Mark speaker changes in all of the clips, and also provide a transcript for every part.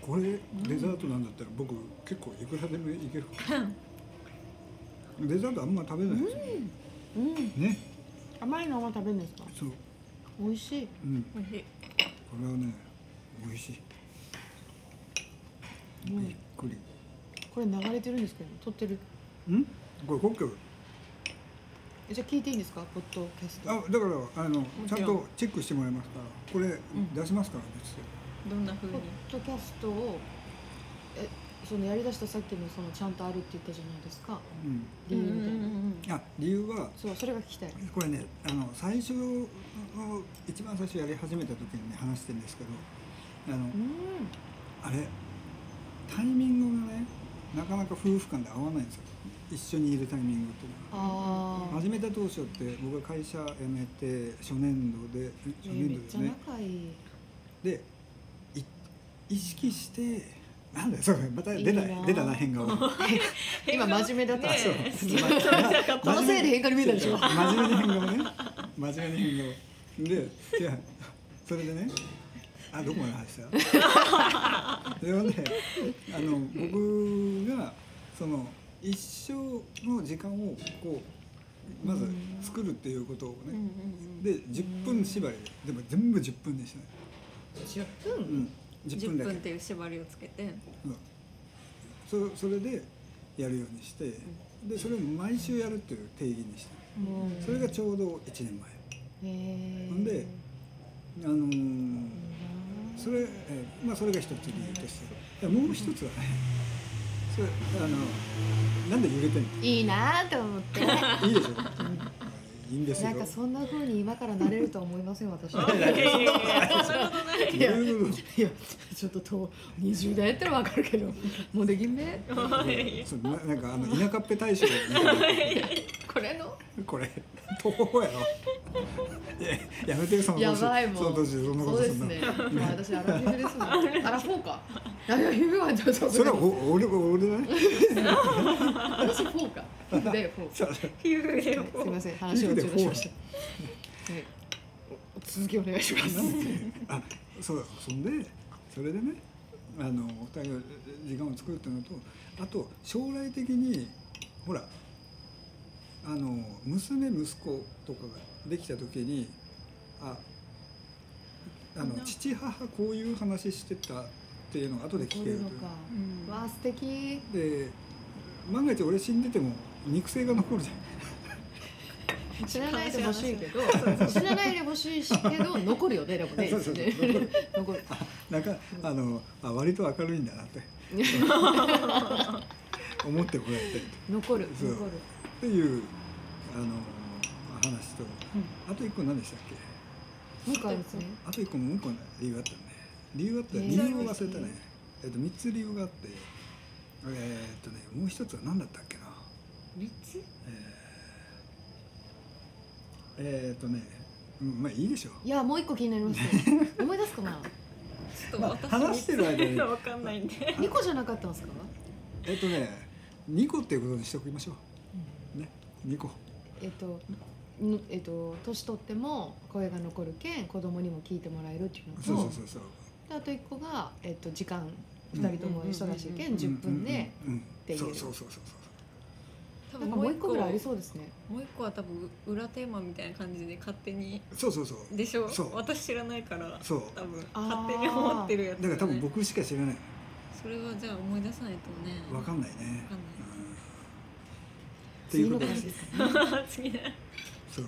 Speaker 1: これデザートなんだったら僕結構いくらでもいけるデザートあんま食べないですよね
Speaker 2: うん、
Speaker 1: ね
Speaker 2: 甘いのは食べるんですか。
Speaker 1: そう
Speaker 2: 美味しい。
Speaker 1: うん
Speaker 3: 美味しい
Speaker 1: これはね美味しいびっくり
Speaker 2: これ流れてるんですけど、撮ってる。
Speaker 1: うんこれ国境
Speaker 2: えじゃあ聞いていいんですか、ポッドキャスト。
Speaker 1: あだからあのちゃんとチェックしてもらいますからこれ
Speaker 3: ん
Speaker 1: 出しますから別に
Speaker 3: どんな風
Speaker 2: ポッ
Speaker 3: に
Speaker 2: ドキャストをえそのやりだしたさっきのそのちゃんとあるって言ったじゃないですか
Speaker 1: うん
Speaker 2: 理由みたいな、
Speaker 1: あ理由は
Speaker 2: そうそれが聞きたい
Speaker 1: これねあの最初の一番最初やり始めた時にね話してるんですけどあの
Speaker 2: うん
Speaker 1: あれタイミングがねなかなか夫婦間で合わないんですよ一緒にいるタイミングっていうのは
Speaker 2: ああ
Speaker 1: 始めた当初って僕が会社辞めて初年度で初
Speaker 2: め
Speaker 1: 年
Speaker 2: っ
Speaker 1: 度です
Speaker 2: ちゃ
Speaker 1: ね
Speaker 2: 仲いい
Speaker 1: でい意識してなんだよそうまた出た
Speaker 2: いいなあ
Speaker 1: 出たな変顔
Speaker 2: 今真面目だった、
Speaker 3: ね
Speaker 1: そう
Speaker 3: え
Speaker 2: このせいで変化に見えたでしょ
Speaker 1: 真面目に変顔ね真面目に変顔でじゃあそれでねあどこまで話したそれはねあの僕がその一生の時間をこうまず作るっていうことを
Speaker 3: うん
Speaker 1: ねで10分縛りでも全部10分にしない、
Speaker 3: 10
Speaker 1: う
Speaker 3: 分
Speaker 1: ん、10分だ
Speaker 3: 10
Speaker 1: け
Speaker 3: 分っていう縛りをつけて
Speaker 1: うん、そそれでやるようにしてでそれを毎週やるっていう定義にした
Speaker 2: もう
Speaker 1: それがちょうど1年前
Speaker 2: へえ
Speaker 1: ほんであのーそれ、えーまあ、それが一つ理由としてでもう一つはねそれあのなんで揺れてんの
Speaker 2: いいなーと思って
Speaker 1: いいでしょいいんですよ
Speaker 2: なんかそんな風に今からなれるとは思いませ ん私はい
Speaker 3: やいやいやそんなことない
Speaker 1: どういうこと
Speaker 2: いやちょっとと20代やったらわかるけどもうできんべ
Speaker 1: そうななんかあの田舎っぺ大将みたいな
Speaker 2: これの
Speaker 1: これ東方やろいややめてよその
Speaker 2: や
Speaker 1: 年
Speaker 2: ばいもん。
Speaker 1: その年でそんなこと
Speaker 2: そうです
Speaker 1: んな
Speaker 2: ね。まあ私アラフィフですもん。アラフォーか。アラフィフはちょっと
Speaker 1: それはお俺俺だね
Speaker 2: 私フォーか。フォーだよフォー。
Speaker 1: そう
Speaker 3: 皮膚で
Speaker 2: す
Speaker 3: も
Speaker 2: みません話を中断しました。はいお続きお願いします。
Speaker 1: あそうだそんでそれでねあのお互いが時間を作るっていうのとあと将来的にほらあの娘息子とかができた時にああの父母こういう話してたっていうのが後で聞ける
Speaker 2: るの
Speaker 1: と
Speaker 2: か
Speaker 1: いう。
Speaker 3: うん
Speaker 2: わあ素敵。
Speaker 1: で万が一俺死んでても肉声が残るじゃん
Speaker 2: 知らないでほしいけど、知らないでほしいけど残るよねでもね。
Speaker 1: そう そうそう残る
Speaker 2: 残る。
Speaker 1: なんかあのあ割と明るいんだなって思ってもらえたりと
Speaker 2: 残る
Speaker 1: そう
Speaker 2: 残る。
Speaker 1: っていうあの話と、あと一個何でしたっけ
Speaker 2: なんかあるんですね。
Speaker 1: あと一個もう一個ね理由があったね理由があった
Speaker 2: えー
Speaker 1: 理由を忘れたね、えっと三つ理由があってえーっとねもう一つは何だったっけな
Speaker 2: 三つ。
Speaker 1: えーっとね、うん、まあいいでしょう
Speaker 2: いやもう一個気になりますね。 思い出すかな。
Speaker 3: ちょっと私
Speaker 1: 話してる間に
Speaker 3: わかんないんで
Speaker 2: 二個じゃなかったんですか。
Speaker 1: えっとね2個っていうことにしておきましょうね2個
Speaker 2: えっと、ぬえっと、年取っても声が残るけん子供にも聞いてもらえるっていうのと
Speaker 1: そうそうそうそう
Speaker 2: であと一個が、えっと、時間
Speaker 1: うん
Speaker 2: 二人とも忙しいけん
Speaker 3: うん
Speaker 2: 10分で、
Speaker 1: うんうん
Speaker 2: ていう
Speaker 1: そうそうそうそう
Speaker 3: 多
Speaker 2: な
Speaker 3: 分
Speaker 2: んかも
Speaker 3: も
Speaker 2: う
Speaker 3: う
Speaker 2: 一
Speaker 3: 一
Speaker 2: 個
Speaker 3: 個
Speaker 2: ぐ
Speaker 3: も
Speaker 2: らいありそうですね
Speaker 3: う一個は多分裏テーマみたいな感じで勝手に
Speaker 1: そうそうそうそう
Speaker 3: でしょ
Speaker 1: そう
Speaker 3: 私知らないから
Speaker 1: そう
Speaker 3: 多分
Speaker 2: あー
Speaker 3: 勝手に思ってるやつ
Speaker 1: だから多分
Speaker 3: ね
Speaker 1: 僕しか知らない
Speaker 3: それはじゃあ思い出さないとね
Speaker 1: わかんないね
Speaker 3: わかんない
Speaker 1: うんっていうことで
Speaker 2: 話
Speaker 1: す
Speaker 2: ですね
Speaker 3: 次ね
Speaker 1: そう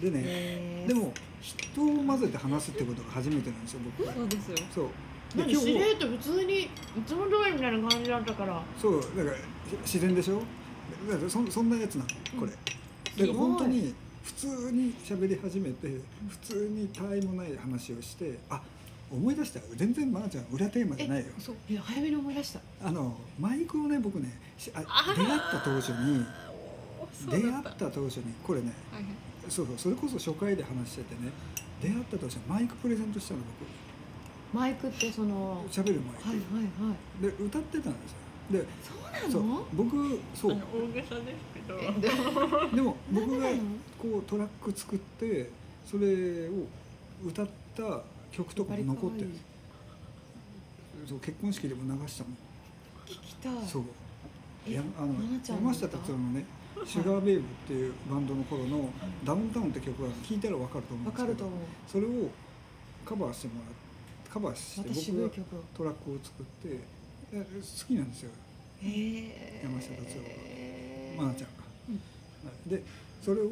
Speaker 1: でね
Speaker 2: へー
Speaker 1: でも人を混ぜて話すってことが初めてなんですよ僕は
Speaker 3: そうですよ
Speaker 1: そうで
Speaker 2: 何しれっと普通にいつも通りみたいな感じだったから
Speaker 1: そうだから自然でしょだからそそんなやつなのこれ、だから本当に普通に喋り始めて普通に他愛もない話をしてあ思い出した全然まなちゃん裏テーマじゃないよ
Speaker 3: そう
Speaker 2: いや早めに思い出した
Speaker 1: あのマイクをね僕ねしあ出会った当初に
Speaker 3: おそう
Speaker 1: 出
Speaker 3: だ
Speaker 1: 会
Speaker 3: った
Speaker 1: った当初にこれね
Speaker 3: はいはい
Speaker 1: そうそうそれこそ初回で話しててね出会った当初にマイクプレゼントしたの
Speaker 2: マイクってその
Speaker 1: 僕喋るマイク、
Speaker 2: はいはいはい
Speaker 1: で歌ってたんですよで
Speaker 2: そうな
Speaker 1: そう
Speaker 2: の
Speaker 1: 僕そ
Speaker 3: あ
Speaker 1: う
Speaker 3: の大げさですけど
Speaker 2: えで
Speaker 1: でも僕が
Speaker 2: なんでなの
Speaker 1: こうトラック作ってそれを歌った曲とかも残ってる
Speaker 2: やっ
Speaker 1: そう結婚式でも流したもん、
Speaker 2: 聞きたい
Speaker 1: そう
Speaker 2: え
Speaker 1: やあの
Speaker 2: 奈々ちゃんの
Speaker 1: 山
Speaker 2: 歌
Speaker 1: 下達郎のね「シュガーベイブ」っていうバンドの頃の「ダウンタウン」って曲は聴いたら分かると思うん
Speaker 2: わ
Speaker 1: です
Speaker 2: か
Speaker 1: け
Speaker 2: ると
Speaker 1: ど
Speaker 2: 思う
Speaker 1: それをカバーしてもらってカバーし
Speaker 2: また
Speaker 1: て
Speaker 2: 渋い
Speaker 1: 僕が
Speaker 2: 曲
Speaker 1: トラックを作ってで好きなんですよ
Speaker 2: へえ
Speaker 1: 山下達郎愛菜ちゃんが
Speaker 2: うん。
Speaker 1: はいでそれを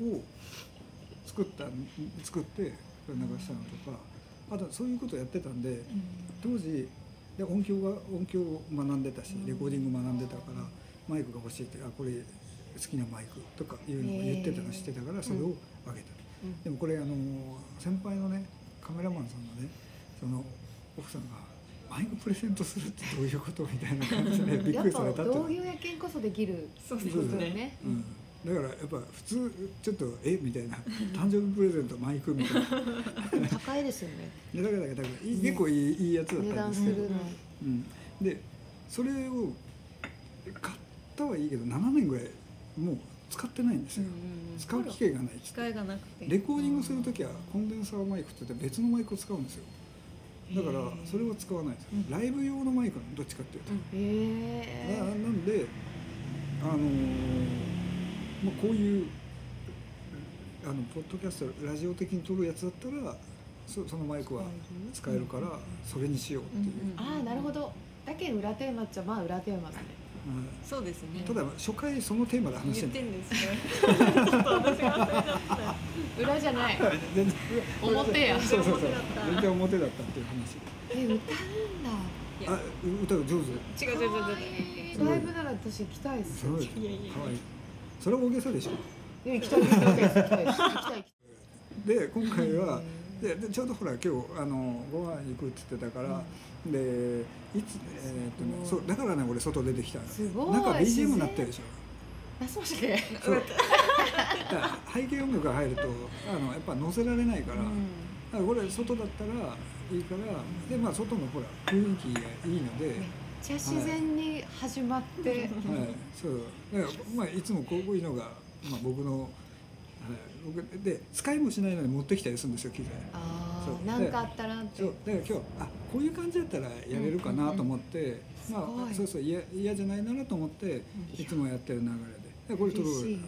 Speaker 1: 作ったん作ってそれ流したのとかあとそういうことをやってたんで当時で音響が音響を学んでたしレコーディングを学んでたからマイクが欲しいってあこれ好きなマイクとかいうのを言ってたの知ってたからそれをあげた。
Speaker 2: うん
Speaker 1: でもこれあの先輩のねカメラマンさんのねその奥さんがマイクプレゼントするってどういうことみたいな感じでびっ
Speaker 2: や
Speaker 1: く
Speaker 2: っ
Speaker 1: りされ
Speaker 2: ぱ
Speaker 1: たって
Speaker 2: 同業やけんこそできる
Speaker 3: そう
Speaker 1: で
Speaker 3: ですす
Speaker 1: ね
Speaker 3: ね。
Speaker 1: うん、だからやっぱ普通ちょっとえみたいな誕生日プレゼントマイクみたいな
Speaker 2: 高いですよね
Speaker 1: でだからだからだからいい
Speaker 2: ね
Speaker 1: 結構いいいいやつだっ
Speaker 2: 値
Speaker 1: たん
Speaker 2: 段
Speaker 1: ですすけど、
Speaker 2: るの
Speaker 1: うん、でそれを買ったはいいけど7年ぐらいもう使ってないんですよ、使う機会がない
Speaker 3: 機会がなくて。
Speaker 1: レコーディングする時はコンデンサーマイクって言って別のマイクを使うんですよだからそれは使わないです
Speaker 2: うん
Speaker 1: ライブ用のマイクなのどっちかっていうと、
Speaker 2: え
Speaker 1: ななんであのーまあ、こういうあのポッドキャストラジオ的に撮るやつだったらそそのマイクは使えるからそれにしようっていう、
Speaker 3: うん
Speaker 2: ああなるほどだけん裏テーマっちゃまあ裏テーマだ ね
Speaker 1: うん
Speaker 3: そうですね。
Speaker 1: ただ初回そのテーマで話し
Speaker 3: 言
Speaker 1: て
Speaker 3: っ
Speaker 1: ない
Speaker 3: てんですね。ちょっと私が忘れちゃった。
Speaker 2: 裏じゃない
Speaker 1: 全然
Speaker 2: 表 や
Speaker 1: そうそうそう
Speaker 3: 表だった
Speaker 1: 全然表だったっていう話
Speaker 2: え歌うんだ
Speaker 3: い
Speaker 1: あ
Speaker 3: や
Speaker 1: う歌が上手
Speaker 3: 違う違う違う
Speaker 2: かわ
Speaker 3: 違う。
Speaker 2: いい
Speaker 1: すごい
Speaker 2: ライブなら私行きたいっす
Speaker 1: すごい
Speaker 2: い
Speaker 1: です
Speaker 3: いやいやいや
Speaker 1: かわいいそれは大げさでしょ
Speaker 2: や行きたいです行きたいです行きたいです行きたい行 き
Speaker 1: で今
Speaker 2: たい
Speaker 1: 回は
Speaker 2: へー
Speaker 1: ででちょうどほら今日あのご飯行くって言ってたから、でいつえーっとね
Speaker 2: す
Speaker 1: そ
Speaker 2: ご
Speaker 1: う
Speaker 2: い
Speaker 1: だからね俺外出てきたの
Speaker 2: すごい
Speaker 1: なんか BGM
Speaker 2: 自然
Speaker 1: になってるでしょ
Speaker 2: あそうしけ
Speaker 1: そうだから背景音楽が入るとあのやっぱ乗せられないから、だからこれ外だったらいいからでまあ外のほら雰囲気がいいので、
Speaker 2: めっちゃ自然に始まって
Speaker 1: はい、そうだからまあいつもこういうのが、まあ、僕の、はい、僕で使いもしないので持ってきたりするんですよ機材。
Speaker 2: あ
Speaker 1: そう
Speaker 2: あなんかあったらって
Speaker 1: そうだから今日あこういう感じだったらやれるかなと思って、
Speaker 2: うんうんうん
Speaker 1: まあ
Speaker 2: す
Speaker 1: そ
Speaker 2: ごい
Speaker 1: うそう嫌嫌じゃないならと思っていつもやってる流れででこれ撮ろうよなって
Speaker 2: 嬉しい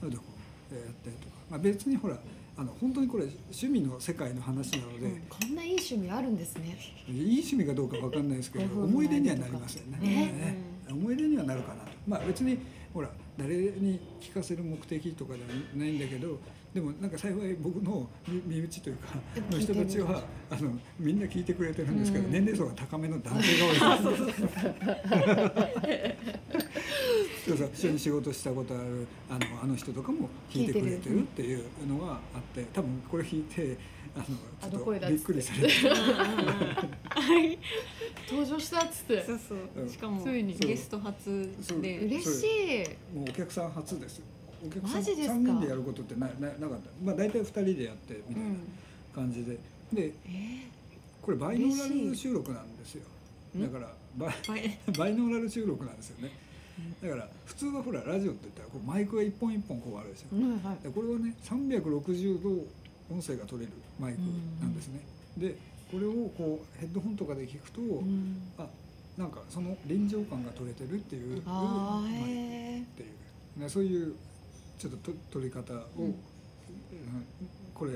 Speaker 1: あどこやったりとか、まあ、別にほらあの本当にこれ趣味の世界の話なので、
Speaker 2: こんないい趣味あるんですね
Speaker 1: いい趣味かどうかわかんないですけ
Speaker 2: ご夫婦
Speaker 1: ど
Speaker 2: の
Speaker 1: 思い出にはなりますよね
Speaker 2: 間とかね
Speaker 1: ね思い出にはなるかなとまあ別にほら誰に聞かせる目的とかではないんだけどでもなんか幸い僕の身身内というか
Speaker 2: でも
Speaker 1: の
Speaker 2: 聞いて
Speaker 1: 人
Speaker 2: る
Speaker 1: たちはあのみんな聞いてくれてるんですけど、
Speaker 2: うん
Speaker 1: 年齢層が高めの男性が 多いですそうそう一緒に仕事したことあるあのあの人とかも聞いてくれてるっていうのはあって多分これ聞いてあ
Speaker 2: あ
Speaker 1: の
Speaker 2: の
Speaker 1: ちょ
Speaker 2: 声
Speaker 1: っ
Speaker 2: だ
Speaker 1: と
Speaker 2: っ
Speaker 1: び
Speaker 2: つっ
Speaker 1: っ
Speaker 2: て
Speaker 1: くりされて。
Speaker 3: はい。
Speaker 2: 登場したっつって
Speaker 3: そうそう。しかも
Speaker 2: ついに
Speaker 3: ゲスト初で。
Speaker 2: 嬉しい
Speaker 1: もうお客さん初ですよお客さん
Speaker 2: マジですか
Speaker 1: 3人でやることってなななかった、まあ、大体2人でやってみ
Speaker 3: う。
Speaker 1: たいなん感じで、で
Speaker 2: え
Speaker 1: これバイノーラ
Speaker 2: 嬉し
Speaker 1: ル
Speaker 2: い
Speaker 1: 収録なんですよ
Speaker 2: ん
Speaker 1: だからバイ
Speaker 3: はい。
Speaker 1: バイノーラル収録なんですよねだから普通はほらラジオって言ったらこうマイクが一本一本こうあるでしょ
Speaker 2: ーうんはい
Speaker 1: でこれはね360度音声が取れるマイクなんですねでこれをこうヘッドホンとかで聞くと、
Speaker 2: うん
Speaker 1: あなんかその臨場感が取れてるっていう
Speaker 2: あー
Speaker 1: マイク
Speaker 2: へー
Speaker 1: っていうねそういうちょっとと撮り方を、
Speaker 2: うん
Speaker 1: うんこれ、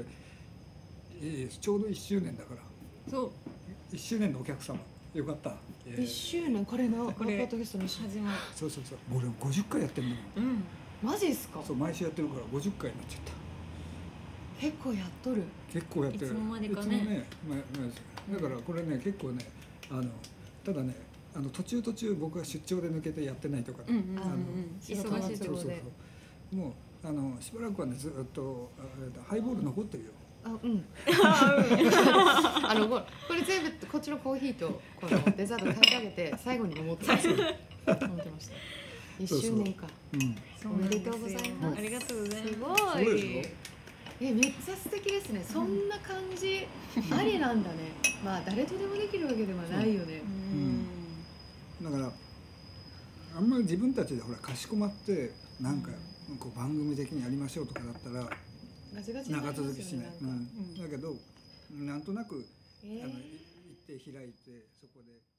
Speaker 1: えーちょうど1周年だから
Speaker 3: そう。
Speaker 1: 1周年のお客様よかった、えー
Speaker 2: 一周年これの
Speaker 3: これ
Speaker 2: ポッドキャストの一周年
Speaker 3: 始まる。
Speaker 1: そうそうそうもう俺も50回やってるんだも
Speaker 3: うん。
Speaker 2: マジっすか
Speaker 1: んそう毎週やってるから50回になっちゃった
Speaker 2: 結構やっとる
Speaker 1: 結構やってる
Speaker 3: いつの間にかね
Speaker 1: いつもま前ですだからこれね結構ねあのただねあの途中途中僕は出張で抜けてやってないとかね、
Speaker 3: うんうんうん
Speaker 1: あの
Speaker 3: うん。
Speaker 2: 仕
Speaker 1: そ
Speaker 2: 事
Speaker 1: う
Speaker 2: が
Speaker 3: 忙しい
Speaker 1: そうそう
Speaker 3: とこ
Speaker 2: 都合
Speaker 1: そう
Speaker 2: で
Speaker 1: もうあのしばらくはねずっとああれだハイボール残ってるよ
Speaker 2: あうん あのこれこれ全部こっちのコーヒーとこのデザート買い上げて最後に思ってました思ってました一周年か
Speaker 1: うん
Speaker 3: そうなん
Speaker 2: おめで
Speaker 3: ですよ
Speaker 2: とうございます
Speaker 3: ありがとうございますす。
Speaker 2: ご
Speaker 1: そうで
Speaker 2: い
Speaker 1: しょ
Speaker 2: えめっちゃ素敵ですねそんな感じありなんだねまあ誰とでもできるわけではないよね
Speaker 3: うん。
Speaker 1: だからあんまり自分たちでほらかしこまってなんかこう番組的にやりましょうとかだったら
Speaker 2: ガチガチになり
Speaker 1: 長
Speaker 2: ますよね
Speaker 1: 続きしない、うん
Speaker 2: んか
Speaker 1: だけどなんとなく、
Speaker 2: え
Speaker 1: あの
Speaker 2: ー
Speaker 1: い行って開いてそこで。